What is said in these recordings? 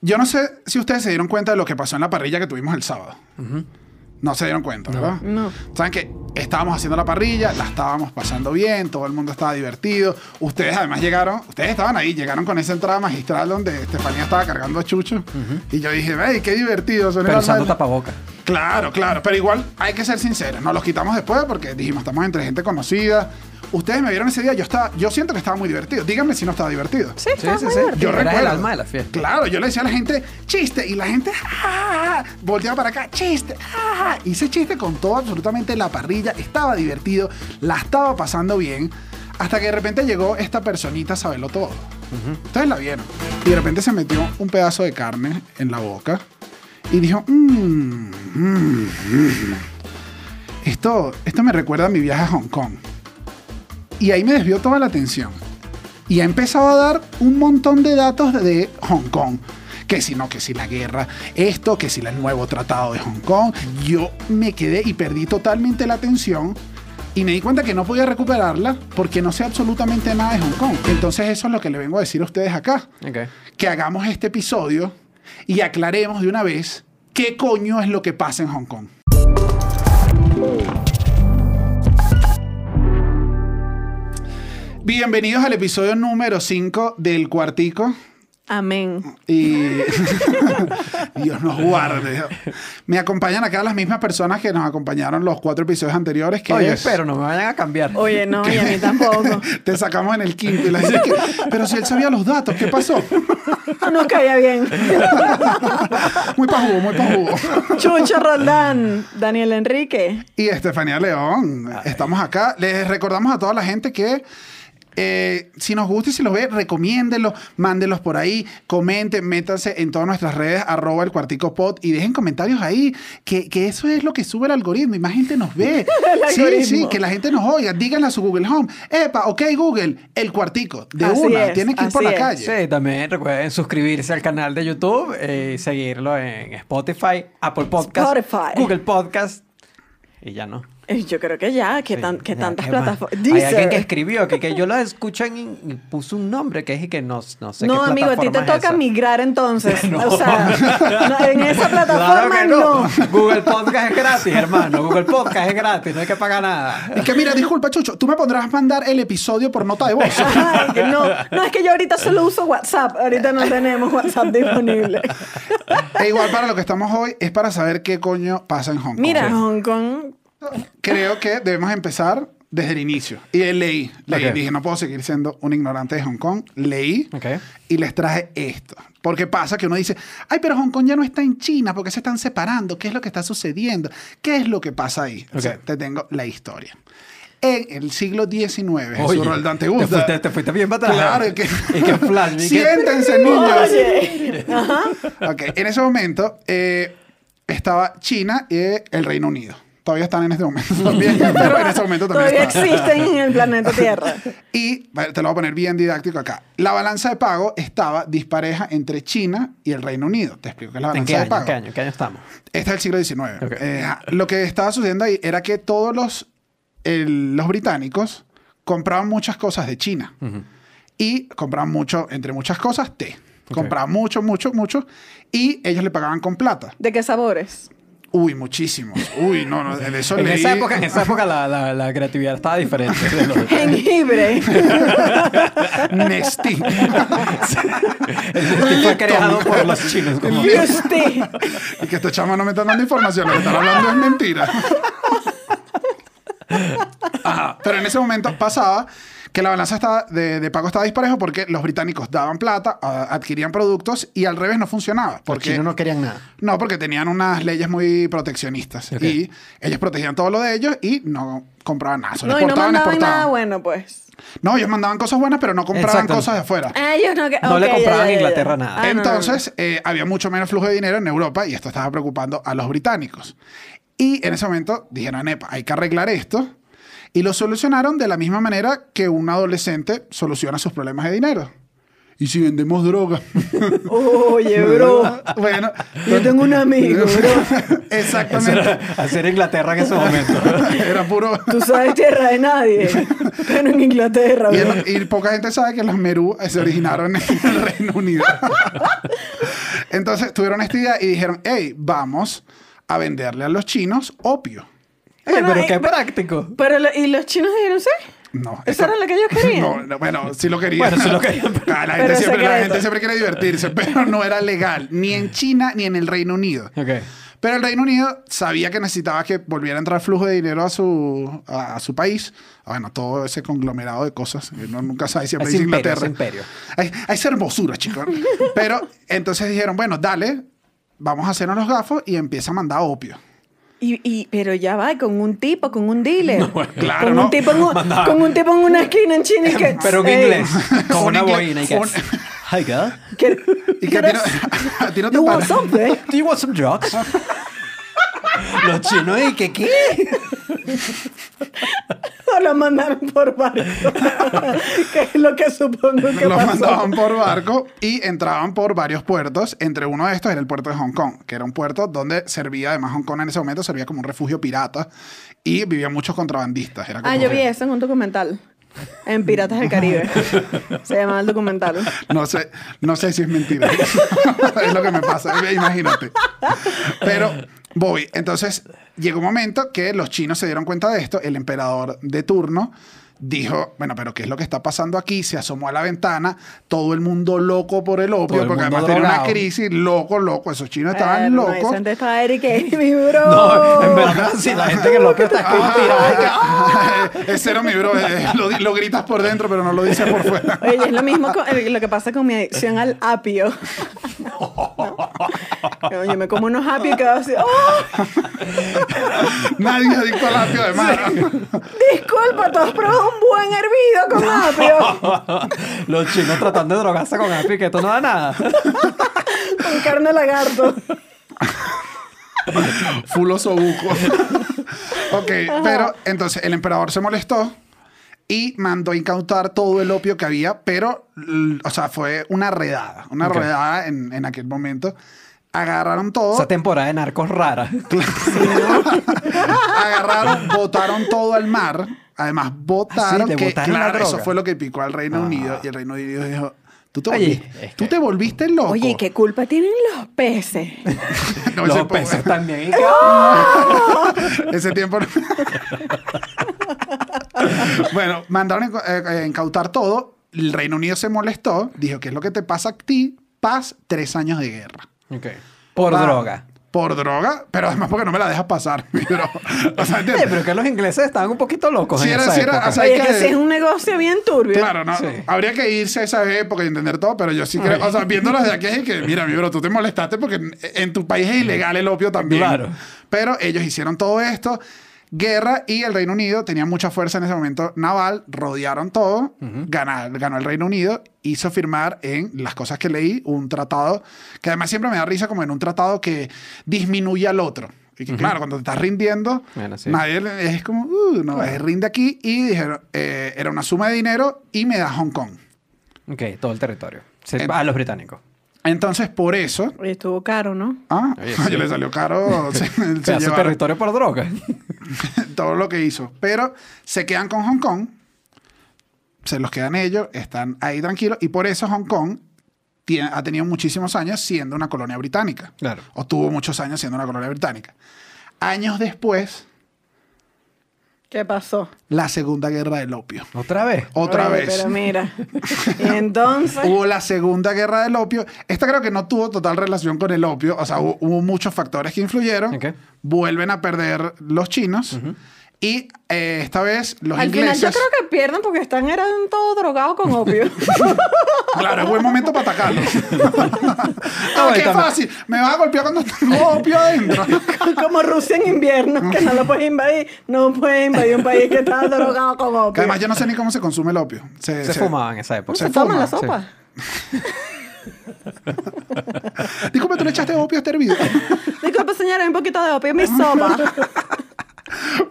Yo no sé si ustedes se dieron cuenta de lo que pasó en la parrilla que tuvimos el sábado. No se dieron cuenta, ¿verdad? No. Saben que estábamos haciendo la parrilla, la estábamos pasando bien, todo el mundo estaba divertido. Ustedes además llegaron, ustedes estaban ahí, llegaron con esa entrada magistral donde Estefanía estaba cargando a Chucho. Y yo dije, ¡Ey, qué divertido! Suena Pero el alma usando del- tapabocas. Claro, claro, pero igual hay que ser sinceros. Nos los quitamos después porque dijimos, estamos entre gente conocida. Ustedes me vieron ese día, yo estaba, yo siento que estaba muy divertido. Díganme si no estaba divertido. Sí, está muy divertido. Yo Eras recuerdo. el alma de la fiesta. Claro, yo le decía a la gente chiste y la gente "Ah, "Ja, ja, ja". volteaba para acá, chiste. ja, ja, ja. Hice chiste con todo absolutamente la parrilla, estaba divertido, la estaba pasando bien, hasta que de repente llegó esta personita a saberlo todo. Ustedes la vieron. Y de repente se metió un pedazo de carne en la boca y dijo, "Mm, mm, mm". Esto, esto me recuerda a mi viaje a Hong Kong. Y ahí me desvió toda la atención y ha empezado a dar un montón de datos de Hong Kong. Que si no, que si la guerra, esto, que si el nuevo tratado de Hong Kong. Yo me quedé y perdí totalmente la atención y me di cuenta que no podía recuperarla porque no sé absolutamente nada de Hong Kong. Entonces eso es lo que le vengo a decir a ustedes acá. Ok. Que hagamos este episodio y aclaremos de una vez qué coño es lo que pasa en Hong Kong. Bienvenidos al episodio número 5 del Cuartico. Amén. Mm. Y Dios nos guarde. Me acompañan acá las mismas personas que nos acompañaron los cuatro episodios anteriores. Que Oye, es- espero no me vayan a cambiar. Oye, no, y a mí tampoco. Te sacamos en el quinto y la dices que, pero si él sabía los datos, ¿qué pasó? No caía bien. Muy pajugo, muy pajugo. Chucho Roldán, Daniel Enrique. Y Estefanía León, estamos acá. Les recordamos a toda la gente que eh, si nos gusta y si los ve, recomiéndenlos, mándenlos por ahí, comenten, métanse en todas nuestras redes, arroba el cuartico pod y dejen comentarios ahí, que, que eso es lo que sube el algoritmo y más gente nos ve. El sí, algoritmo. sí, que la gente nos oiga, díganle a su Google Home, epa, ok Google, el cuartico, de Así una, es, tienen que ir por así la es. calle. Sí, también recuerden suscribirse al canal de YouTube, eh, seguirlo en Spotify, Apple Podcast, Spotify. Google Podcast y ya no. Eh, Yo creo que ya, que, Sí, tan- que ya, tantas ¿qué más? plataformas. Hay alguien Deezer. que escribió que, que yo lo escucho en- y puso un nombre que es y que no, no sé no, qué amigo, a ti te plataforma es toca esa. migrar entonces. No. O sea, no, en esa plataforma Claro que no. Google Podcast es gratis, hermano. Google Podcast es gratis, no hay que pagar nada. Y que mira, disculpa, Chucho, tú me podrás mandar el episodio por nota de voz. Ay, que no, no, es que yo ahorita solo uso WhatsApp. Ahorita no tenemos WhatsApp disponible. E igual para lo que estamos hoy es para saber qué coño pasa en Hong Kong. Mira, Hong Kong. Creo que debemos empezar desde el inicio. Y eh, leí, leí, Ok. dije, no puedo seguir siendo un ignorante de Hong Kong. Leí Ok. y les traje esto. Porque pasa que uno dice, ay, pero Hong Kong ya no está en China, porque se están separando? ¿Qué es lo que está sucediendo? ¿Qué es lo que pasa ahí? O Ok. sea, te tengo la historia. En el siglo XIX, Oye, Jesús Roldán, ¿te Te gusta? fuiste, te fuiste bien para atrás. Claro, que... Y que flash. y que- Siéntense, niños. Oye. Ajá. Ok, en ese momento eh, estaba China y el Reino Unido. Todavía están en este momento también, pero este en ese momento también Todavía estaban. existen en el planeta Tierra. Y vale, te lo voy a poner bien didáctico acá. La balanza de pago estaba dispareja entre China y el Reino Unido. Te explico qué es la ¿En balanza qué de año? pago. ¿Qué año? ¿Qué año estamos? Este es el siglo XIX. Ok. Eh, lo que estaba sucediendo ahí era que todos los, el- los británicos compraban muchas cosas de China. Y compraban mucho, entre muchas cosas, té. Ok. Compraban mucho, mucho, mucho. Y ellos le pagaban con plata. ¿De qué sabores? Uy, muchísimos. Uy, no, no, de eso En leí. esa época, en esa época la, la, la creatividad estaba diferente. de los- Jengibre. Nestí. El Este Nestí fue creado por los chinos. Como, Yusti. y que estos chamas no me están dando información, lo que están hablando es mentira. Ajá, Pero en ese momento pasaba que la balanza estaba de, de pago estaba disparejo porque los británicos daban plata, a- adquirían productos y al revés no funcionaba. los Porque chinos no querían nada. No, porque tenían unas leyes muy proteccionistas. Ok. Y ellos protegían todo lo de ellos y no compraban nada. Solo No, y no exportaban, mandaban exportaban. nada bueno, pues. No, ellos mandaban cosas buenas, pero no compraban Exacto. cosas de afuera. Ah, ellos no. que- No le ok, ya, compraban ya, a ya, Inglaterra ya. nada. Ah, no, no, no. Entonces, eh, había mucho menos flujo de dinero en Europa y esto estaba preocupando a los británicos. Y en ese momento dijeron, epa, hay que arreglar esto. Y lo solucionaron de la misma manera que un adolescente soluciona sus problemas de dinero. ¿Y si vendemos droga? Oye, bro. bueno, Yo tengo un amigo, bro. Eso era Exactamente. hacer Inglaterra en ese momento. Era puro... Tú sabes tierra de nadie. Pero en Inglaterra, Y, bro. el- y poca gente sabe que los Merú eh, se originaron en el Reino Unido. Entonces tuvieron esta idea y dijeron, hey, vamos a venderle a los chinos opio. Oye, Bueno, pero eh, qué pero- práctico. Pero, lo- ¿y los chinos dijeron sí? No. ¿Eso era lo que ellos querían? No, no, bueno, sí lo querían. Bueno, sí lo querían, pero- Ah, la, Pero gente es siempre, la secreto. gente siempre quiere divertirse, pero no era legal, ni en China ni en el Reino Unido. Ok. Pero el Reino Unido sabía que necesitaba que volviera a entrar flujo de dinero a su, a, a su país. Bueno, todo ese conglomerado de cosas. que Uno nunca sabe siempre Es dice imperio, Inglaterra. es imperio. Hay, hay esa hermosura, chicos. Pero entonces dijeron, bueno, dale, vamos a hacernos los gafos y empieza a mandar opio. Y, y- pero ya va, con un tipo, con un dealer. claro, con, no. un tipo en un- con un tipo en una esquina en China y que... Pero en "Ey, inglés. Con Un una inglés- boina y que. un- Hi, girl. que- Y que que a ti no, eres- a ti no te You want parece. something? Do you want some drugs? Los chinos, ¿y que qué? O lo mandaron por barco. que es lo que supongo que Los pasó. mandaban por barco y entraban por varios puertos. Entre uno de estos era el puerto de Hong Kong, que era un puerto donde servía, además Hong Kong en ese momento servía como un refugio pirata y vivían muchos contrabandistas. Era Ah, como yo que- vi eso en un documental. En Piratas del Caribe. Se llama el documental. No sé, no sé si es mentira. es lo que me pasa, imagínate. Pero voy, entonces llegó un momento que los chinos se dieron cuenta de esto, el emperador de turno dijo, bueno, pero ¿qué es lo que está pasando aquí? Se asomó a la ventana, todo el mundo loco por el opio, Todo el porque mundo además tenía una drogado. crisis, loco, loco, esos chinos estaban Hermano, locos. eso Antes estaba Eric Eric, mi bro. No, en verdad, sí, la gente que lo que está aquí tirada. y que, "Ah". Ah, es cero, mi bro, eh, lo, di- lo gritas por dentro, pero no lo dices por fuera. Oye, es lo mismo con- eh, lo que pasa con mi adicción al apio. No. Yo me como unos apios y quedo así. ¡Oh! Nadie es adicto al apio, además. Disculpa, tú has probado un buen hervido con apio. Los chinos tratando de drogarse con Api, que esto no da nada. Con carne de lagarto. Fulo sobuco. ok, pero entonces el emperador se molestó y mandó a incautar todo el opio que había, pero, l- o sea, fue una redada, una Ok. redada en, en aquel momento. Agarraron todo. Esa temporada de narcos rara. agarraron, botaron todo al mar. Además, botaron Ah, sí, le que, botaron la claro, eso droga. Ah. fue lo que picó al Reino Unido. Y el Reino Unido dijo, tú te, Oye, volviste, es tú que- te volviste loco. Oye, ¿y ¿qué culpa tienen los peces? No, Los ese- peces también. y que, ¡ah! Ese tiempo. no. bueno, mandaron a enca- eh, a incautar todo. El Reino Unido se molestó. Dijo: ¿Qué es lo que te pasa a ti? Paz, tres años de guerra. Ok. Por Pa- droga. Por droga, pero además porque no me la dejas pasar. Pero, o sea, Sí, ¿entiendes? pero que los ingleses estaban un poquito locos. Sí en era- esa sí era, época. o sea, Oye, que- que si es un negocio bien turbio. Claro, no. Sí. Habría que irse a esa época y entender todo, pero yo sí creo. O sea, viéndolo desde aquí es que, mira, mi bro, tú te molestaste porque en, en tu país es ilegal el opio también. Claro. Pero ellos hicieron todo esto, guerra y el Reino Unido tenía mucha fuerza en ese momento naval, rodearon todo, gana- ganó el Reino Unido, hizo firmar en las cosas que leí un tratado, que además siempre me da risa como en un tratado que disminuye al otro. Y que, claro, cuando te estás rindiendo, Bueno, sí. nadie le- es como, "Uh, no, es rinde aquí. Y dijeron, eh, era una suma de dinero y me da Hong Kong. Ok, todo el territorio. Se- a los británicos. Entonces, por eso. Oye, estuvo caro, ¿no? Ah, Oye, yo sí. le salió caro se- se Se hace llevaron territorio por droga. todo lo que hizo. Pero se quedan con Hong Kong, se los quedan ellos, están ahí tranquilos. Y por eso Hong Kong tiene- ha tenido muchísimos años siendo una colonia británica. Claro. O tuvo muchos años siendo una colonia británica. Años después, ¿Qué pasó? la Segunda Guerra del Opio. Otra vez. Otra Oye, vez. Pero mira. Y entonces. Hubo la Segunda Guerra del Opio. Esta creo que no tuvo total relación con el opio. O sea, hubo, hubo muchos factores que influyeron. Ok. Vuelven a perder los chinos. Y eh, esta vez los Al final ingleses... yo creo que pierden porque están eran todos drogados con opio. Claro, es buen momento para atacarlos. ah, No, y qué también- fácil. Me vas a golpear cuando tengo opio adentro. Como Rusia en invierno, que no lo puedes invadir. No puedes invadir un país que está drogado con Que opio. además yo no sé ni cómo se consume el opio. Se, Se se- fumaba en esa época. se, se toma fuma, la sí. sopa. Disculpe, tú le echaste opio a este hervido. Disculpe, señora, un poquito de opio en mi sopa.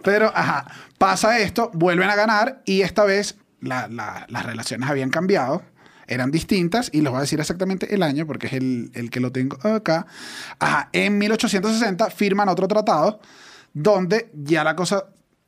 Pero, ajá, pasa esto, vuelven a ganar y esta vez la- la- las relaciones habían cambiado, eran distintas y les voy a decir exactamente el año porque es el, el que lo tengo acá. Ajá, en 1860 firman otro tratado donde ya la cosa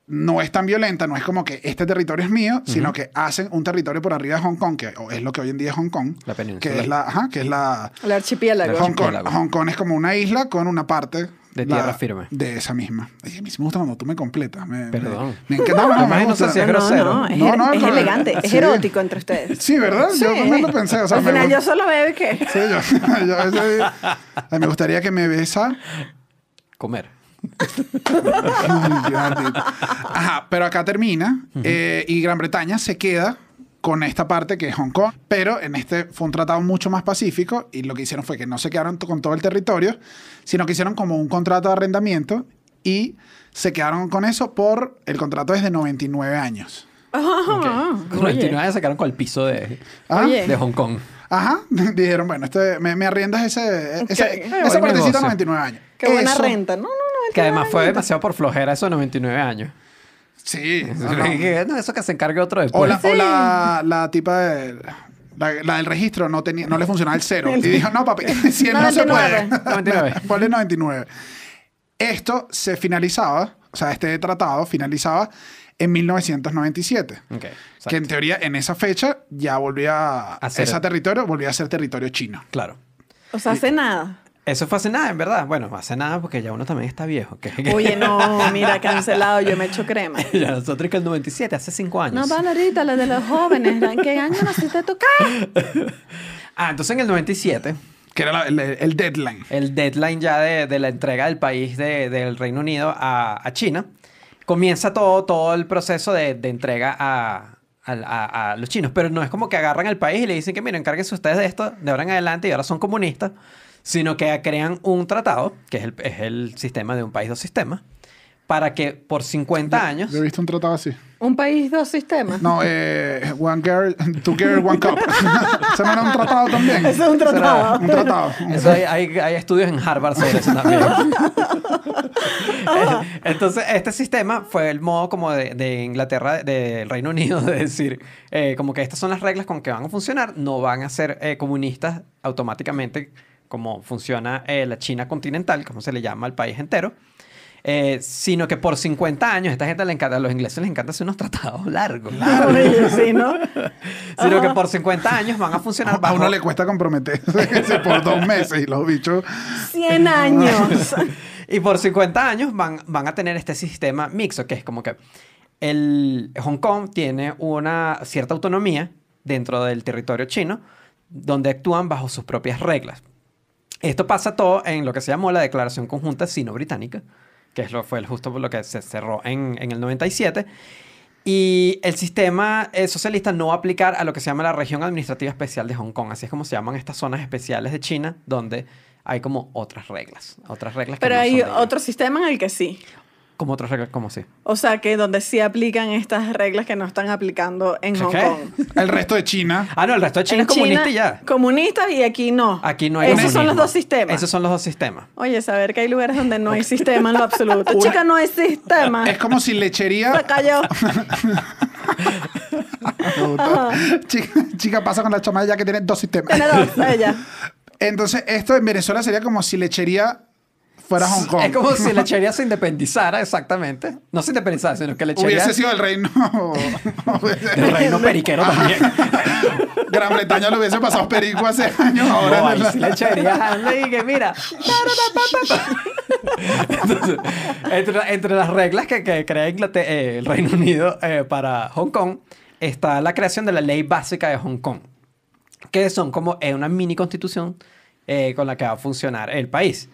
no es tan violenta, no es como que este territorio es mío, sino que hacen un territorio por arriba de Hong Kong, que o es lo que hoy en día es Hong Kong, La península. que es la, ajá, que es la, El archipiélago. Hong Kong, archipiélago. Hong Kong es como una isla con una parte De la- tierra firme. De esa misma. Oye, a mí sí me gusta cuando tú me completas. me- me- Perdón. Me, encanta. No, no, Además, me no gusta. sé si es no, grosero. no, es, No, er- no, es no, elegante, es sí. erótico entre ustedes. Sí, ¿verdad? Yo Sí. también lo pensé. O sea, Al me final gusta- yo solo veo que Sí, yo, yo ese- a mí me gustaría que me besa. Comer. Ay, ya, tío. Ajá, pero acá termina eh, y Gran Bretaña se queda con esta parte que es Hong Kong, pero en este fue un tratado mucho más pacífico y lo que hicieron fue que no se quedaron t- con todo el territorio, sino que hicieron como un contrato de arrendamiento y se quedaron con eso por el contrato desde 99 años. Ok. Con 29 sacaron con el piso de, Ah, Oye. de Hong Kong. Ajá, dijeron, bueno, este, me, me arriendas ese, ese- Ok. Buen esa partecita negocio. 99 años. qué buena Eso- renta. No, no, no. Que además fue demasiado por flojera eso de 99 años. Sí. no, no. Que, no, Eso que se encargue otro después. O la, o la, la tipa de- la, la del registro no, tenía, no le funcionaba el cero. Y dijo, no, papi, 100 no se puede. 99. Ponle 99. Esto se finalizaba, o sea, este tratado finalizaba en 1997. Ok, exacto. que en teoría, en esa fecha, ya volvía a A ser- ese territorio, volvía a ser territorio chino. Claro. O sea, hace nada. Eso fue hace nada, en verdad. Bueno, hace nada porque ya uno también está viejo. que- que- Oye, no, mira, cancelado, yo me echo crema. ya nosotros que el 97, hace 5 No, años. vale, ahorita, la de los jóvenes. ¿En qué año naciste tú? ¿Qué? ah, entonces en el 97, Que era la- el, el deadline. el deadline ya de, de la entrega del país de- del Reino Unido a, a China, comienza todo, todo el proceso de, de entrega a, a- a- a los chinos. Pero no es como que agarran al país y le dicen que, miren, encárguense ustedes de esto de ahora en adelante y ahora son comunistas, sino que crean un tratado, que es el, es el sistema de un país, dos sistemas, para que por 50 años... Yo he visto un tratado así. Un país, dos sistemas. No, eh, one girl, two girl, one cup. Se me era un tratado también. Eso es un tratado. Un tratado. Eso hay, hay- hay estudios en Harvard sobre eso también. Eh, Entonces, este sistema fue el modo como de, de Inglaterra, del Reino Unido, de decir, eh, como que estas son las reglas con que van a funcionar, no van a ser eh, comunistas automáticamente, como funciona eh, la China continental, como se le llama al país entero. eh, sino que por 50 años, esta gente le encanta, a los ingleses les encanta hacer unos tratados largos. Oye, sí, ¿no? Sino que por 50 años van a funcionar A uno bajo- le cuesta comprometerse por dos meses y los bichos. 100 años. Y por 50 años van, van a tener este sistema mixto, que es como que el Hong Kong tiene una cierta autonomía dentro del territorio chino, donde actúan bajo sus propias reglas. Esto pasa todo en lo que se llamó la Declaración Conjunta Sino-Británica, que es lo, fue el- justo por lo que se cerró en, en el 97. Y el sistema eh, socialista no va a aplicar a lo que se llama la región administrativa especial de Hong Kong. Así es como se llaman estas zonas especiales de China, donde hay como otras reglas. Otras reglas que Pero no son hay de ellos. otro sistema en el que sí. Como otras reglas, como sí. O sea, que donde sí aplican estas reglas que no están aplicando en ¿Qué, Hong qué? Kong. El resto de China. Ah, no, el resto de China es En comunista y ya. Comunista y aquí no. Aquí no hay Esos son comunismo. los dos sistemas. Esos son los dos sistemas. Oye, saber que hay lugares donde no hay sistema en lo absoluto. Chica, no hay sistema. Ah. Es como si lechería. Se cayó. chica, chica pasa con la chamada ya que tiene dos sistemas. Tiene dos, ella. Entonces, esto en Venezuela sería como si lechería fuera Hong Kong. Es como si la lechería se independizara, exactamente. No se independizara, sino que lechería... Hubiese sido el reino. El reino periquero también. Gran Bretaña lo hubiese pasado perico hace años. Ahora No, no ahí la- sí le echaría a y que mira. Entonces, entre, entre las reglas que, que crea Inglate- eh, el Reino Unido eh, para Hong Kong está la creación de la ley básica de Hong Kong, que son como eh, una mini constitución eh, con la que va a funcionar el país.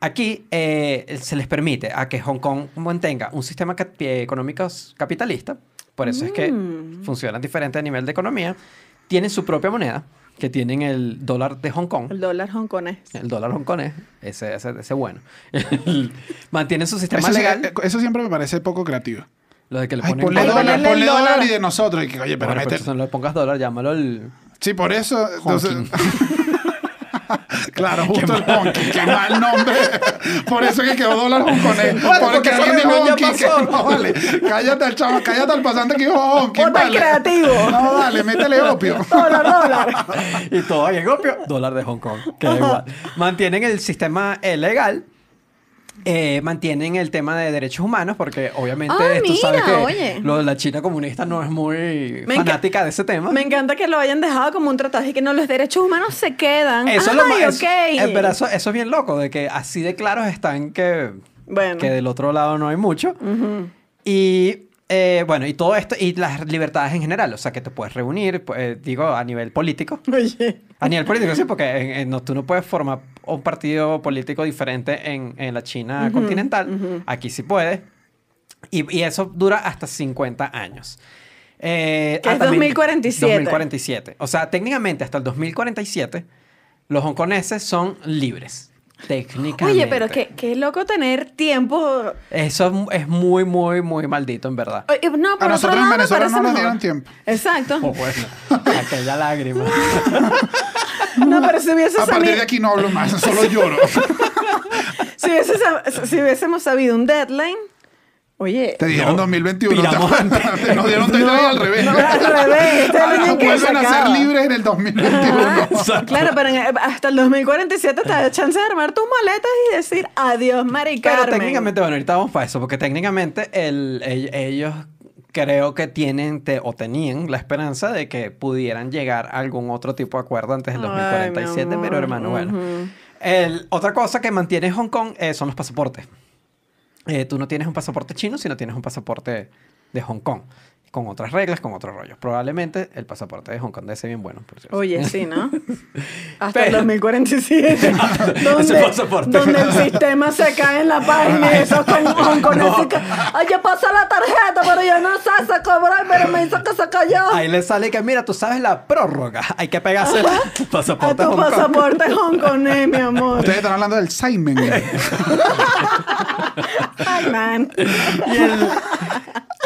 Aquí eh, se les permite a que Hong Kong mantenga un sistema cap- eh, económico s- capitalista, por eso es que Mm. funcionan diferente a nivel de economía, tienen su propia moneda, que tienen el dólar de Hong Kong, El dólar hongkonés. el dólar hongkonés, ese, ese, ese bueno. Mantienen su sistema Eso, sí- legal, eso siempre me parece poco creativo. lo de que le Ay, ponen ponle Ay, dólar, ponle ponle el dólar dólar. y de nosotros. Y que, oye, pero Bueno, mete. pero no le pongas dólar, llámalo el... Sí, por eso. entonces- claro, justo Qué el Ponky. Qué mal nombre. por eso que quedó dólar con él. Bueno, porque porque esa alguien dijo reunión Honky. ya que pasó. no vale. Cállate al chavo, cállate al pasante que dijo Honky. Ponte vale. creativo. No vale, métele opio. Dólar, dólar. y todo ahí en opio, dólar de Hong Kong, que da igual. Mantienen el sistema eh, legal eh, mantienen el tema de derechos humanos porque obviamente Ah, tú sabes que mira, oye. lo de la China comunista no es muy Me enca- fanática de ese Ah. tema. Me encanta que lo hayan dejado como un tratado y que no, los derechos humanos se quedan. Eso es lo Ay, más- es- ok. eh, pero eso, eso es bien loco, de que así de claros están que, Bueno. que del otro lado no hay mucho. Y eh, bueno, y todo esto, y las libertades en general, o sea, que te puedes reunir, pu- eh, digo, a nivel político. Oye. A nivel político, sí, porque en- en- no, tú no puedes formar un partido político diferente en, en la China continental. Aquí sí puedes. Y, y eso dura hasta 50 años. Eh, Que es hasta mil- 2047. 2047. O sea, técnicamente hasta el 2047 los hongkoneses son libres. Técnicamente. Oye, pero qué, qué loco tener tiempo. Eso es muy, muy, muy maldito, en verdad. Oye, No, por A otro nosotros en lado, me Venezuela parece no nos mejor. dieron tiempo. Exacto. Oh, bueno, aquella lágrima. No, pero si hubiese A partir sabido- de aquí no hablo más, solo lloro. si, hubiese sab- si hubiésemos sabido un deadline, oye. Te dijeron No, 2021. piramos ¿te acuerdas? Nos dieron 30 días al revés. no, al revés, este Ahora año en que vuelven se a ser acaba. libres en el 2021. Ah, claro, pero en- hasta el 2047 te da chance de armar tus maletas y decir adiós, Mari Pero Carmen. técnicamente, bueno, ahorita vamos para eso, porque técnicamente el- el- ellos creo que tienen te- o tenían la esperanza de que pudieran llegar a algún otro tipo de acuerdo antes del Ay, 2047, mi amor, pero hermano, bueno. ujú. El- otra cosa que mantiene Hong Kong eh, son los pasaportes. Eh, tú no tienes un pasaporte chino, sino tienes un pasaporte de Hong Kong, con otras reglas, con otros rollos. Probablemente el pasaporte de Hong Kong debe ser bien bueno, por cierto. Oye, sí, ¿no? Hasta el Pero- 2047. donde, Ese pasaporte. donde el sistema se cae en la página y eso con, con, con No. ese ca- Ay, yo pasé la tarjeta, pero yo no sé se cobrar, pero me hizo que se cayó. Ahí le sale que, mira, tú sabes la prórroga. Hay que pegarse el A pasaporte tu Hong Kong. pasaporte hongkonés, eh, mi amor. Ustedes están hablando del Simon. Ay, man. Y el-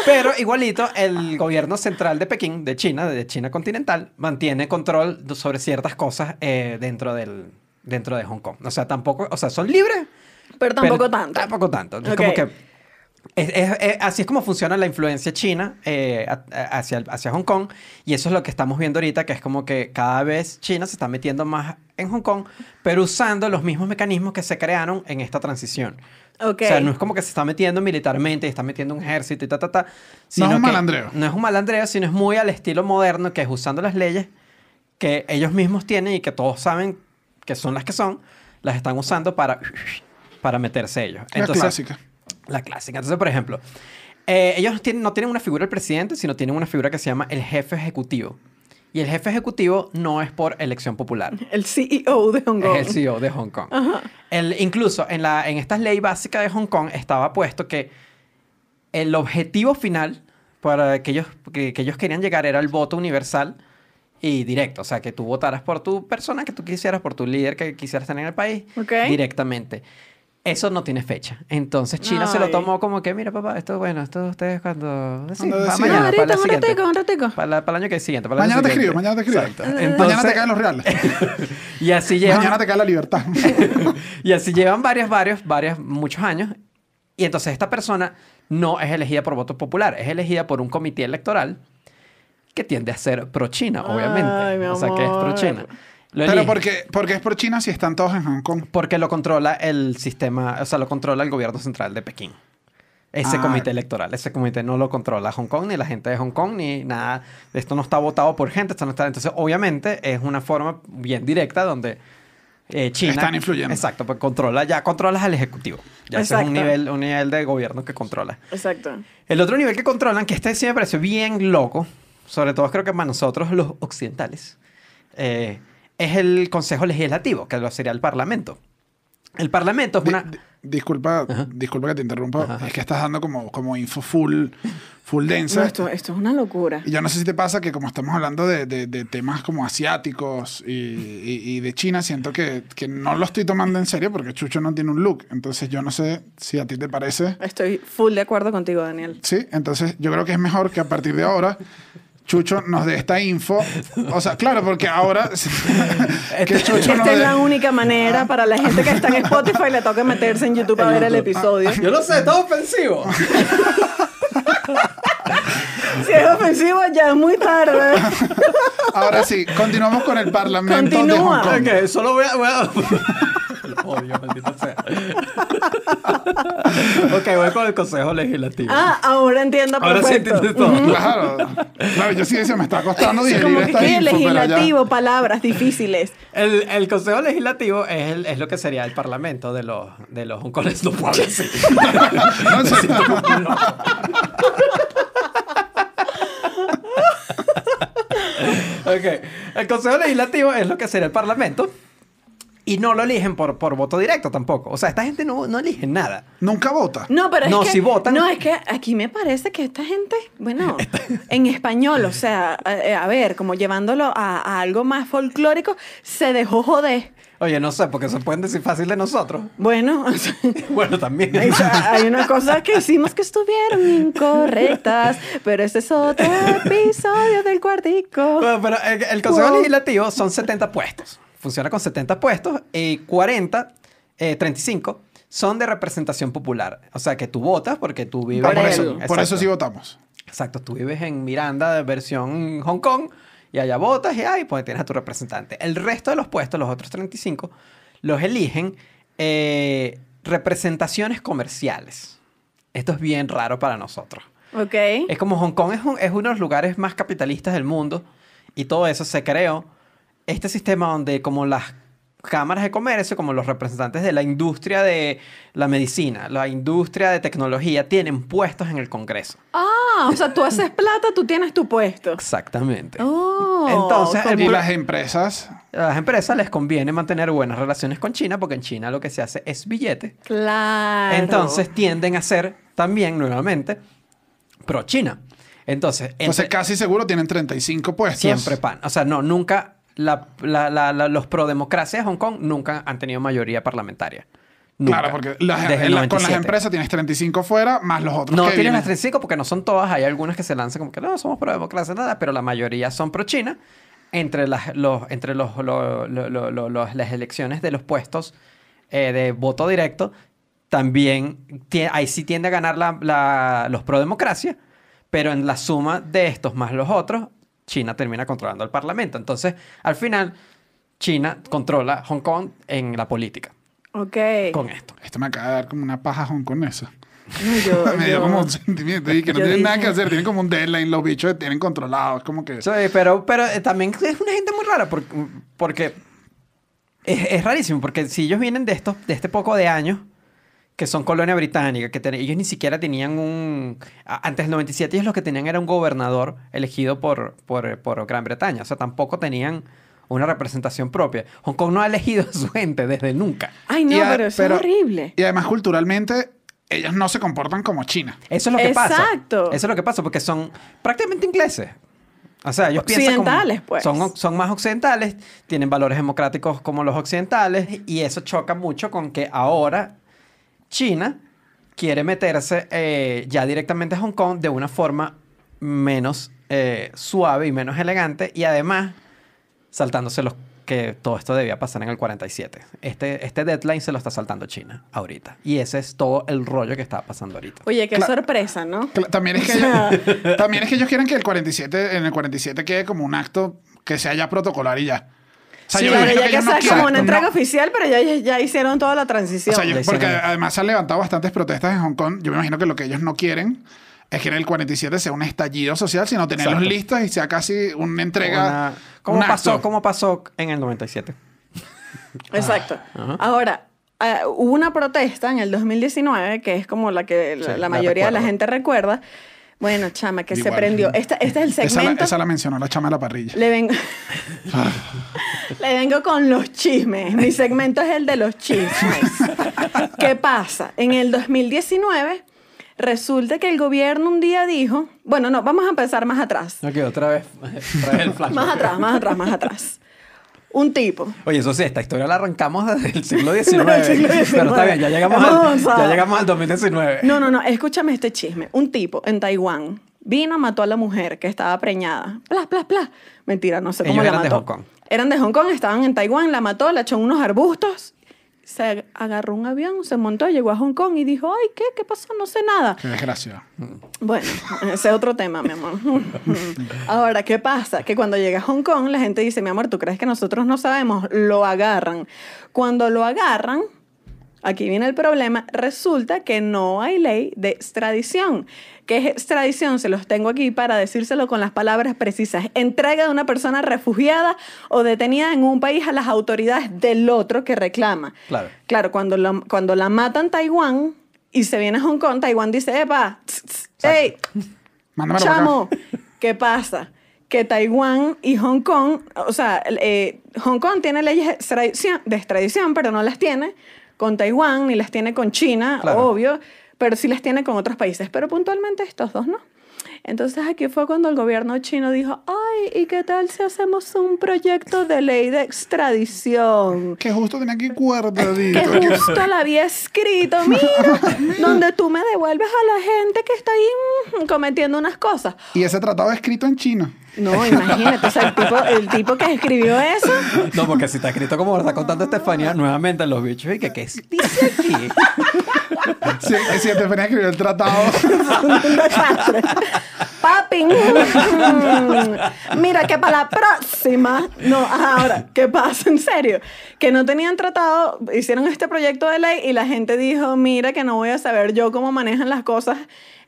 Pero igualito, el gobierno central de Pekín, de China, de China continental, mantiene control do- sobre ciertas cosas eh, dentro, del, dentro de Hong Kong. O sea, tampoco, o sea, son libres. Pero pero tampoco tanto. Tampoco tanto. Es Ok. como que es- es- es- así es como funciona la influencia china eh, a- a- hacia, el- hacia Hong Kong. Y eso es lo que estamos viendo ahorita, que es como que cada vez China se está metiendo más en Hong Kong, pero usando los mismos mecanismos que se crearon en esta transición. Ok. O sea, no es como que se está metiendo militarmente, está metiendo un ejército y ta, ta, ta. un que- malandreo. No es un malandreo, sino es muy al estilo moderno, que es usando las leyes que ellos mismos tienen y que todos saben que son las que son, las están usando para, para meterse ellos. La clásica. La clásica. Entonces, por ejemplo, eh, ellos tienen- no tienen una figura del presidente, sino tienen una figura que se llama el jefe ejecutivo. Y el jefe ejecutivo no es por elección popular. El CEO de Hong Kong. Es el E CEO de Hong Kong. El, incluso en, la, en esta ley básica de Hong Kong estaba puesto que el objetivo final para que ellos, que, que ellos querían llegar era el voto universal y directo. O sea, que tú votaras por tu persona que tú quisieras, por tu líder que quisieras tener en el país Ok. directamente. Eso no tiene fecha. Entonces China se lo Ay. tomó como que, mira papá, esto bueno, esto ustedes cuando... Sí, Cuando pa- decidan. No, mañana, para la ahorita, un siguiente. ratico, un ratico. Para, la- para el año que siguiente. para el Mañana año te escribo, siguiente. mañana te escribo. Exacto. mañana Entonces- te caen los reales. Y así llevan... Mañana te cae la libertad. Y así llevan varios, varios, varios, muchos años. Y entonces esta persona no es elegida por voto popular, es elegida por un comité electoral que tiende a ser pro-China, obviamente. Ay, mi o sea, que es amor. pro-China. Lo Pero eligen porque, porque es por China si están todos en Hong Kong. porque lo controla el sistema, o sea, lo controla el gobierno central de Pekín. Ese Ah. comité electoral, ese comité no lo controla Hong Kong, ni la gente de Hong Kong, ni nada. Esto no está votado por gente, esto no está. Entonces, obviamente, es una forma bien directa donde eh, China. Están influyendo. Exacto, pues controla, ya controlas al ejecutivo. Ya ese es un Exacto. nivel, un nivel de gobierno que controla. Exacto. El otro nivel que controlan, que este sí me pareció bien loco, sobre todo creo que para nosotros los occidentales, eh, es el Consejo Legislativo, que lo sería el Parlamento. El Parlamento es Di- una... di- disculpa, disculpa que te interrumpa. Es que estás dando como, como info full, full densa. No, esto, esto es una locura. Y yo no sé si te pasa que como estamos hablando de, de- de temas como asiáticos y, y- y de China, siento que, que no lo estoy tomando en serio porque Chucho no tiene un look. Entonces yo no sé si a ti te parece. Estoy full de acuerdo contigo, Daniel. Sí, entonces yo creo que es mejor que a partir de ahora Chucho nos dé esta info. O sea, claro, porque ahora que Chucho nos Este Esta es dé... la única manera para la gente que está en Spotify le toca meterse en YouTube a ver el episodio. Yo no sé, está ofensivo. Si es ofensivo, ya es muy tarde. Ahora sí, continuamos con el Parlamento de Ah, Continúa. Hong Kong. Ok, solo voy a... voy a- Odio, maldito sea. ok, voy con el consejo legislativo. Ah, ahora entiendo Ahora sí perfecto. entiendes todo. Claro. Claro, yo sí se me está costando Sí, digerir como que esta escribe info, pero ya- legislativo, palabras difíciles. El, el Consejo Legislativo es, el- es lo que sería el Parlamento de los, de los honcones. No puedo hablar así. No, en Me serio. siento muy loco. Ok. El Consejo Legislativo es lo que sería el Parlamento. Y no lo eligen por, por voto directo tampoco. O sea, esta gente no, no elige nada. Nunca vota. No, pero es No, que, si votan. No, es que aquí me parece que esta gente, bueno, en español, o sea, a, a ver, como llevándolo a, a algo más folclórico, se dejó joder. Oye, no sé, porque se pueden decir fácil de nosotros. Bueno, o sea, Bueno, también. hay, hay unas cosas que hicimos que estuvieron incorrectas, pero este es otro episodio del cuartico. Bueno, pero el, el Consejo Wow. Legislativo son 70 puestos. Funciona con 70 puestos y 40, eh, 35 son de representación popular. O sea, que tú votas porque tú vives... Ah, por, Por eso, él. por eso Exacto. sí votamos. Exacto, tú vives en Miranda de versión Hong Kong y allá votas y ahí pues tienes a tu representante. El resto de los puestos, los otros 35, los eligen eh, representaciones comerciales. Esto es bien raro para nosotros. Ok. Es como Hong Kong es, un- es uno de los lugares más capitalistas del mundo y todo eso se creó. Este sistema donde como las cámaras de comercio, como los representantes de la industria de la medicina, la industria de tecnología, tienen puestos en el Congreso. Ah, o sea, tú haces plata, tú tienes tu puesto. Exactamente. Oh, Entonces, como- El Y pro- las empresas. A las empresas les conviene mantener buenas relaciones con China porque en China lo que se hace es billete. claro. Entonces tienden a ser también nuevamente pro-China. Entonces, Entonces, entre- casi seguro tienen 35 puestos. siempre pan. O sea, no, nunca la- la- la- la- los pro-democracia de Hong Kong nunca han tenido mayoría parlamentaria. Nunca. Claro, porque las- Desde el la- con las 97. empresas tienes 35 fuera, más los otros. No que tienen vienen. las 35 porque no son todas. Hay algunas que se lanzan como que no, somos pro democracia, nada, pero la mayoría son pro China. Entre las, los, entre los, lo- lo- lo- lo- los- las elecciones de los puestos eh, de voto directo, también tie- ahí sí tiende a ganar la- la- los pro democracia, pero en la suma de estos más los otros, China termina controlando el parlamento. Entonces, al final, China controla Hong Kong en la política Ok. con esto. Esto me acaba de dar como una paja hongkonesa. No, yo- me dio yo- como un sentimiento y que no yo tienen nada dije- que hacer. Tienen como un deadline. Los bichos tienen controlados. Como que... Sí, pero, pero eh, también es una gente muy rara porque, porque es, es rarísimo, porque si ellos vienen de, estos, de este poco de años, que son colonia británica, que ten- ellos ni siquiera tenían un... a- Antes del 97 ellos lo que tenían era un gobernador elegido por, por, por Gran Bretaña, o sea, tampoco tenían una representación propia. Hong Kong no ha elegido a su gente desde nunca. Ay, no, Y a- pero eso es horrible. Y además, culturalmente, ellos no se comportan como China. Eso es lo que pasa. Exacto. Eso es lo que pasa, porque son prácticamente ingleses. O sea, ellos piensan como- Occidentales, pues. Son, son más occidentales, tienen valores democráticos como los occidentales, y eso choca mucho con que ahora China quiere meterse eh, ya directamente a Hong Kong de una forma menos eh, suave y menos elegante, y además saltándose los que todo esto debía pasar en el 47. Este, este deadline se lo está saltando China ahorita. Y ese es todo el rollo que está pasando ahorita. Oye, qué Cla- sorpresa, ¿no? Cla- También es, que O sea- ellos, también es que ellos quieren que el 47, en el 47 quede como un acto que sea ya protocolar y ya. O sea, Sí, yo Claro, imagino ya que que ellos no sea como quieren- una entrega no- oficial, pero ya, ya, ya hicieron toda la O transición. sea, yo- Le hicieron porque eso. además se han levantado bastantes protestas en Hong Kong. Yo me imagino que lo que ellos no quieren es que en el 47 sea un estallido social, sino tenerlos Exacto. listos y sea casi una entrega. Una- ¿Cómo un pasó? acto. ¿Cómo pasó en el 97? Ah, Exacto. Ahora, eh, hubo una protesta en el 2019, que es como la que la, Sí, la la mayoría de la recuerdo. gente recuerda. Bueno, chama, que se Igual. prendió. Esta- Este es el Esa la, segmento. esa la mencionó la chama de la parrilla. Le vengo... Le vengo con los chismes. Mi segmento es el de los chismes. ¿Qué pasa? En el 2019 resulta que el gobierno un día dijo, bueno, no, vamos a empezar más atrás. No, que otra vez. otra vez el flash. Más atrás, más atrás, más atrás. Un tipo. Oye, eso sí, esta historia la arrancamos desde el siglo XIX. Del siglo Pero está XIX. bien, ya llegamos, Hemos al, avanzado. ya llegamos al 2019. No, no, no, escúchame este chisme. Un tipo en Taiwán vino, mató a la mujer que estaba preñada. Plas, plas, plas. Mentira, no sé cómo Ellos la eran de mató. Hong Kong. Eran de Hong Kong, estaban en Taiwán, la mató, la echó en unos arbustos. Se ag- agarró un avión, se montó, llegó a Hong Kong y dijo, ay, ¿qué? ¿Qué pasó? No sé nada. Qué desgracia. Bueno, ese es otro tema, mi amor. Ahora, ¿qué pasa? Que cuando llega a Hong Kong, la gente dice, mi amor, ¿tú crees que nosotros no sabemos? Lo agarran. Cuando lo agarran, aquí viene el problema, resulta que no hay ley de extradición. ¿Qué es extradición? Se los tengo aquí para decírselo con las palabras precisas. Entrega de una persona refugiada o detenida en un país a las autoridades del otro que reclama. Claro. Claro, cuando, la- cuando la matan Taiwán y se viene a Hong Kong, Taiwán dice, epa, tss, tss, ey, Mándamelo para acá. Chamo, ¿qué pasa? Que Taiwán y Hong Kong, o sea, eh, Hong Kong tiene leyes de extradición, de extradición, pero no las tiene con Taiwán, ni las tiene con China, Claro. obvio, pero sí las tiene con otros países, pero puntualmente estos dos no. Entonces aquí fue cuando el gobierno chino dijo, ay, ¿y qué tal si hacemos un proyecto de ley de extradición? Que justo tenía aquí cuerdadito. que justo la había escrito, mira, donde tú me devuelves a la gente que está ahí mm, cometiendo unas cosas. Y ese tratado escrito en chino. No, imagínate, o sea, el tipo, el tipo que escribió eso. No, porque si está escrito como está contando Estefanía, nuevamente los bichos y que qué dice aquí. Si, si Estefanía este escribió el tratado. un desastre. Papi, mm, mira que para la próxima. No, ajá, ahora, ¿qué pasa? En serio, que no tenían tratado, hicieron este proyecto de ley y la gente dijo, mira que no voy a saber yo cómo manejan las cosas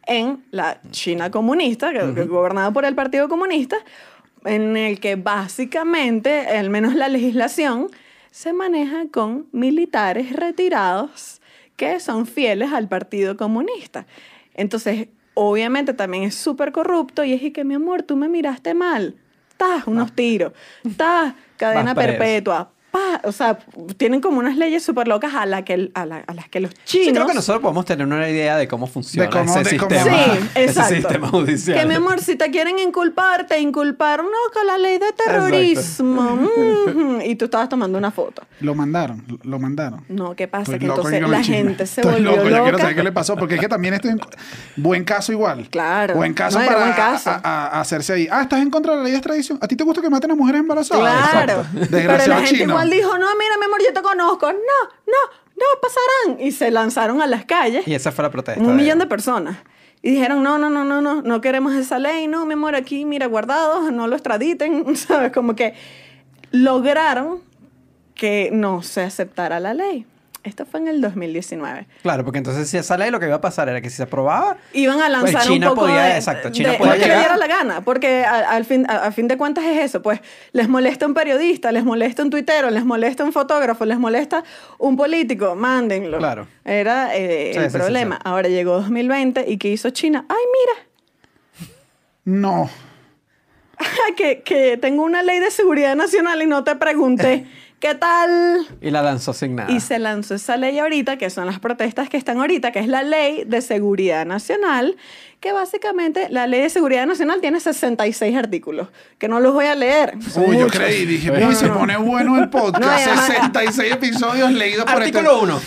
en la China comunista, que, que gobernada por el Partido Comunista, en el que básicamente, al menos la legislación, se maneja con militares retirados que son fieles al Partido Comunista. Entonces, obviamente también es súper corrupto y es y que, mi amor, tú me miraste mal. ¡Tas! Unos tiros. ¡Tas! Cadena Vas preso. perpetua. ¡Pa! O sea, tienen como unas leyes súper locas a, la que, a, la- a las que los chinos... Sí, creo que nosotros podemos tener una idea de cómo funciona De cómo- ese, de cómo- sistema, Sí, ese exacto. sistema judicial. Que mi amor, si te quieren inculpar, te inculparon no, con la ley de terrorismo. Mhm. Y tú estabas tomando una foto. Lo mandaron, lo- lo mandaron. No, ¿qué pasa? Estoy que loco entonces aquí con la el chisme. gente se Estoy volvió loco, Yo quiero loca. saber qué le pasó, porque es que también estoy en... Buen caso igual. Claro. Buen caso No, era para buen caso. a- a- a hacerse ahí. Ah, ¿estás en contra de la ley de extradición? ¿A ti te gusta que maten a mujeres embarazadas? Claro. Pero la Desgraciado gente chino. igual dijo, no, mira, mi amor, yo te conozco. No, no, no, pasarán. Y se lanzaron a las calles. Y esa fue la protesta. un de- millón de personas. Y dijeron, no, no, no, no, no, no queremos esa ley, no, mi amor, aquí, mira, guardados, no lo extraditen, ¿sabes? Como que lograron que no se aceptara la ley. Esto fue en el 2019. Claro, porque entonces si esa ley lo que iba a pasar era que si se aprobaba, Iban a lanzar Pues China un poco podía- de, exacto, China de- podía lo que le llegar. diera la gana, porque a- al fin, a, a fin de cuentas es eso, pues les molesta un periodista, les molesta un tuitero, les molesta un fotógrafo, les molesta un político, mándenlo. Claro. Era eh, Sí, el sí, sí, problema. sí. Ahora llegó 2020 y ¿qué hizo China? Ay, mira, No. que, que tengo una ley de seguridad nacional y no te pregunté qué tal. y la lanzó sin nada. Y se lanzó esa ley ahorita, que son las protestas que están ahorita, que es la ley de seguridad nacional, que básicamente la ley de seguridad nacional tiene 66 artículos, que no los voy a leer. son Uy, yo muchos. creí, dije, No, "Uy, no, se pone bueno el No, podcast. además- 66 episodios leídos por este- Artículo 1.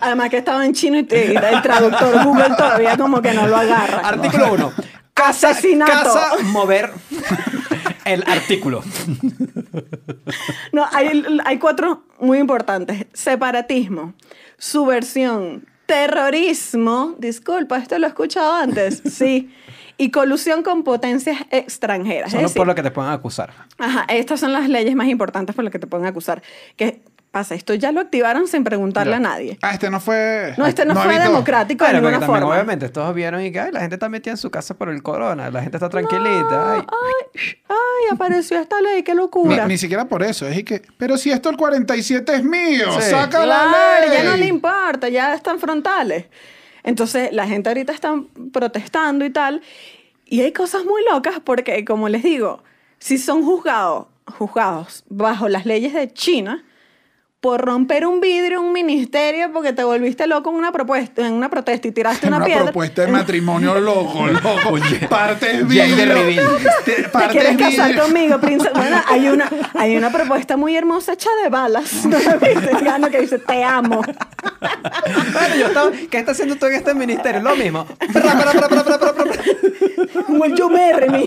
Además que estaba en chino y, te- y el traductor Google todavía como que no lo agarra. Artículo 1. Casa, Asesinato. casa, mover el artículo. No, hay, hay cuatro muy importantes. Separatismo, subversión, terrorismo. Disculpa, esto lo he escuchado antes. Sí. Y colusión con potencias extranjeras. Es Solo decir, por lo que te puedan acusar. Ajá, estas son las leyes más importantes por las que te pueden acusar. ¿Qué pasa? Esto ya lo activaron sin preguntarle a nadie. Ah, este no fue... No, este no, fue evitó. democrático Claro, de porque ninguna también forma. obviamente todos vieron y que "Ay, la gente está metida en su casa por el corona, la gente está tranquilita. ay". Ay, ay, apareció esta ley, qué Ni, locura. ni siquiera por eso. Es que, pero si esto el 47 es mío, Sí. saca la Claro, ley. ya no le importa, ya están frontales. Entonces, la gente ahorita está protestando y tal. Y hay cosas muy locas porque, como les digo, si son juzgados, juzgados bajo las leyes de China, por romper un vidrio, un ministerio, porque te volviste loco en una, propuesta, en una protesta y tiraste una, una piedra. propuesta de matrimonio loco, loco. partes Jack de vidrio. Reveal. Te- ¿Te partes quieres casar vidrio. conmigo, princesa? Bueno, hay una, hay una propuesta muy hermosa hecha de balas. ¿No la viste? Gano que dice, te amo. Bueno, yo estaba, ¿qué está haciendo tú en este ministerio? Lo mismo. Pra, pra, pra, pra, pra, pra, pra. Will you marry me?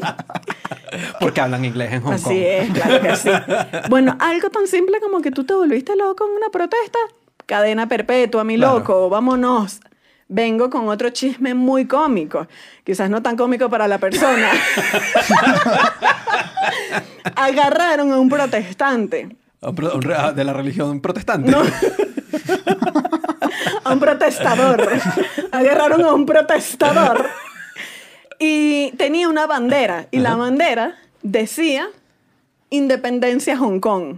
Porque hablan inglés en Hong Kong. Así es, claro que sí. Bueno, algo tan simple como que tú te volviste loco en una protesta. Cadena perpetua, mi Claro. loco, vámonos. Vengo con otro chisme muy cómico. Quizás no tan cómico para la persona. Agarraron a un protestante. Ah, Un pro- un re- De la religión protestante. No. a un protestador. Agarraron a un protestador. Y tenía una bandera. Y la bandera decía Independencia Hong Kong.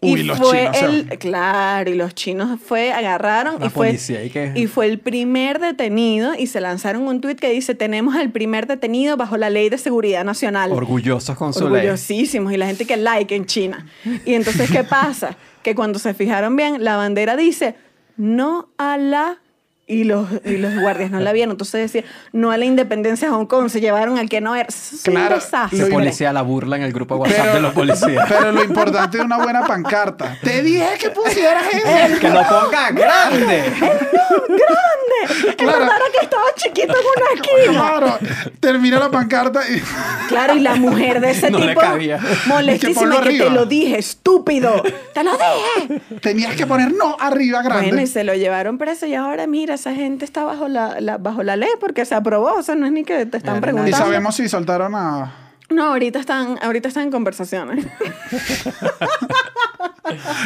Uy, los chinos, o sea. Claro, y los chinos fue, agarraron La y fue, policía, ¿y qué? y fue el primer detenido y se lanzaron un tuit que dice, tenemos al primer detenido bajo la ley de seguridad nacional. Orgullosos con su ley. Orgullosísimos y la gente que like en China. Y entonces, ¿qué pasa? Que cuando se fijaron bien, la bandera dice no a la. Y los, y los guardias no la vieron. Entonces decía no a la independencia de Hong Kong. Se llevaron al que no era. Eso es Claro, un desastre. Ese Lo- policía la burla en el grupo de WhatsApp de los policías. Pero lo importante es una buena pancarta. Te dije que pusieras eso. ¡Que lo ponga grande! ¡Grande! Claro. Es raro que estaba chiquito en una esquina. Claro, termina la pancarta y Claro, y la mujer de ese No le tipo. cabía. ponlo Molestísima que arriba. te lo dije, estúpido. ¡Te lo dije! tenías que poner no arriba grande. Bueno, y se lo llevaron preso y ahora mira, esa gente está bajo la, la- bajo la ley porque se aprobó, o sea, no es ni que te y Mira, están nadie- preguntando. sabemos si soltaron a. No, ahorita están, ahorita están en conversaciones.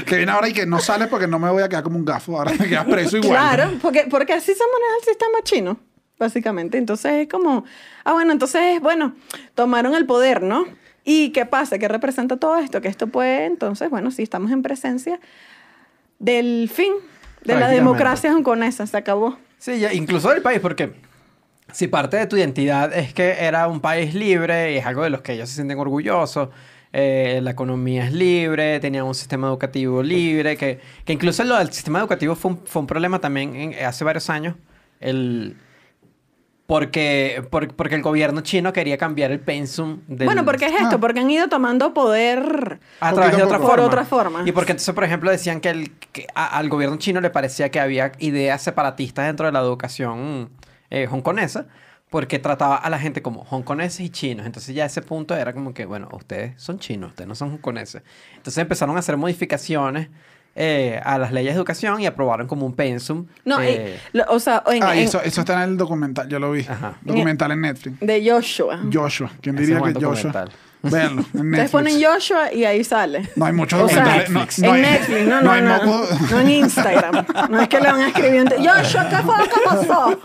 Que viene ahora y que no sale porque no me voy a quedar como un gafo. Ahora te quedas preso igual. Claro, porque, porque así se maneja el sistema chino, básicamente. Entonces es como, ah, bueno, entonces, bueno, tomaron el poder, ¿no? ¿Y qué pasa? ¿Qué representa todo esto? Que esto puede, entonces, bueno, si estamos en presencia del fin de la Prácticamente. democracia hongkonesa, se acabó. Sí, ya, incluso del país, porque si parte de tu identidad es que era un país libre y es algo de los que ellos se sienten orgullosos, eh, la economía es libre, tenían un sistema educativo libre, que, que incluso lo del sistema educativo fue un, fue un problema también en- hace varios años, el, porque, por- porque el gobierno chino quería cambiar el pensum del... Bueno, porque es Ah. esto, porque han ido tomando poder A Poquito través de a otra poco. forma. Por otra forma. Y porque entonces, por ejemplo, decían que, el, que a- al gobierno chino le parecía que había ideas separatistas dentro de la educación eh, hongkonesa, porque trataba a la gente como hongkoneses y chinos. Entonces ya ese punto era como que, bueno, ustedes son chinos, ustedes no son hongkoneses. Entonces empezaron a hacer modificaciones eh, a las leyes de educación y aprobaron como un pensum. No, eh, eh, lo- o sea, en- Ah, en- eso, eso está en el documental, yo lo vi. Ajá. Documental en Netflix. de Joshua. Joshua. ¿Quién Ese diría buen que Joshua? documental. Véanlo. En Ustedes Netflix. ponen Joshua y ahí sale. No hay muchos O sea, documentales. no- no, en hay- Netflix, no, no, hay no. mocos- No en Instagram. No es que le van a escribir. en- Joshua, ¿qué fue lo que pasó?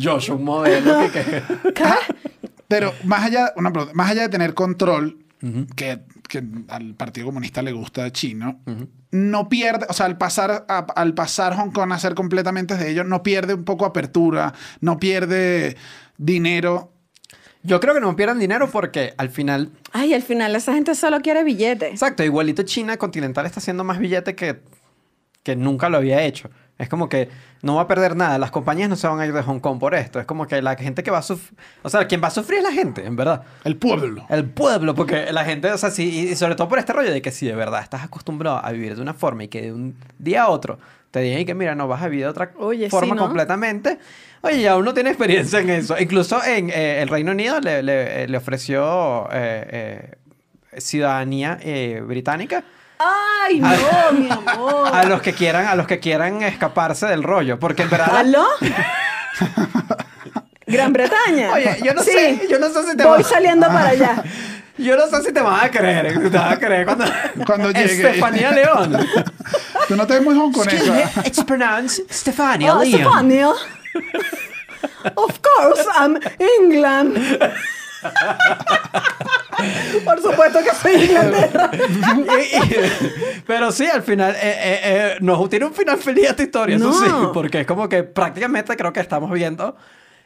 Joshua, un modelo que- que- Ah, Pero más allá, una pregunta, más allá de tener control, que, que al Partido Comunista le gusta chino, no pierde, o sea, al pasar, a- al pasar Hong Kong a ser completamente de ellos, no pierde un poco apertura, no pierde dinero. Yo creo que no pierdan dinero porque al final Ay, al final esa gente solo quiere billetes. Exacto, igualito China continental está haciendo más billete que, que nunca lo había hecho. Es como que no va a perder nada. Las compañías no se van a ir de Hong Kong por esto. Es como que la gente que va a sufrir... O sea, quien va a sufrir es la gente, en verdad. El pueblo. El pueblo, porque la gente, o sea, sí, y sobre todo por este rollo de que si de verdad estás acostumbrado a vivir de una forma y que de un día a otro te digan que mira, no vas a vivir de otra Oye, sí, forma ¿no? completamente. Oye, ya uno tiene experiencia en eso. Incluso en eh, el Reino Unido le, le- eh, le ofreció eh, eh, ciudadanía eh, británica Ay, no, mi amor. a los que quieran, a los que quieran escaparse del rollo. Porque en verdad. ¿Aló? Gran Bretaña. Oye, yo no Sí. sé, yo no sé si te Voy va- saliendo para allá. Yo no sé si te vas a creer, si te vas a creer cuando, Cuando llegue. Estefanía León. Tú no te ves muy Hong Kong Excuse me, it's pronounced Stefania Oh, Leon. Stefania. Of course, I'm England. Por supuesto que soy Inglaterra. Y- y- pero sí, al final, eh, eh, eh, no tiene un final feliz esta historia, No. eso sí, porque es como que prácticamente creo que estamos viendo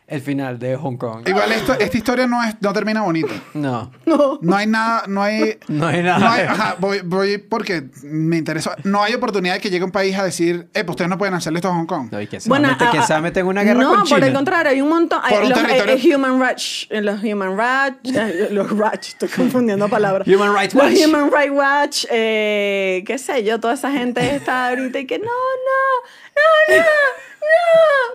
el final de Hong Kong. Igual esto, esta historia no, es, no termina bonita. No, No. No hay nada, no hay... no hay nada. No hay- ajá, voy, voy porque me interesa. No hay oportunidad de que llegue un país a decir, eh, pues ustedes no pueden hacerle esto a Hong Kong. No, y que se, va a meter- a- que se va a meter en una guerra ah, no, con China. por el contrario, hay un montón. Hay, Por un los, eh, territorio- eh, human rights, eh, los Human Rights, eh, los rights, estoy confundiendo palabras. Human Rights Los Watch. Human Rights Watch, eh, qué sé yo, toda esa gente está ahorita y que no, no, no, no, no.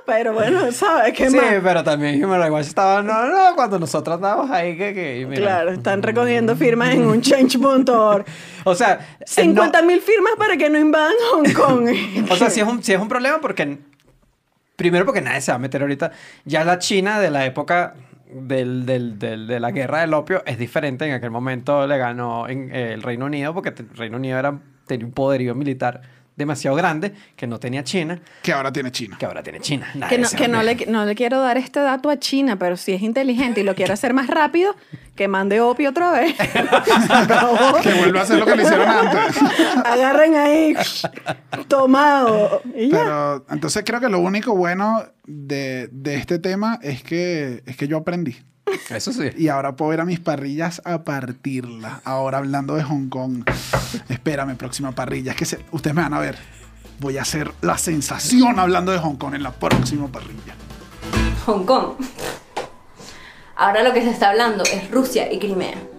Pero bueno, ¿sabes qué Sí, más? pero también Human Rights Watch estaba, no, no, cuando nosotros estábamos ahí, que, que, mira. Claro, están recogiendo firmas en un change.org. O sea, eh, no- 50 mil firmas para que no invadan Hong Kong. O sea, sí es, un, sí es un problema porque. Primero, porque nadie se va a meter ahorita. Ya la China de la época del- del- del- de la guerra del opio es diferente. En aquel momento le ganó en, eh, el Reino Unido porque te- el Reino Unido era, tenía un poderío militar demasiado grande que no tenía China, que ahora tiene China. que ahora tiene China. Nada, Que, no, ese que no, hombre. le, no le quiero dar este dato a China, pero si es inteligente y lo quiere hacer más rápido, que mande opio otra vez. Que vuelva a hacer lo que le hicieron antes. Agarren ahí, tomado. Y ya. Pero entonces creo que lo único bueno de, de este tema es que, es que yo aprendí. Eso sí. Y ahora puedo ir a mis parrillas a partirla. Ahora hablando de Hong Kong. Espérame, próxima parrilla. Es que se- ustedes me van a ver. Voy a hacer la sensación hablando de Hong Kong en la próxima parrilla. Hong Kong. Ahora lo que se está hablando es Rusia y Crimea.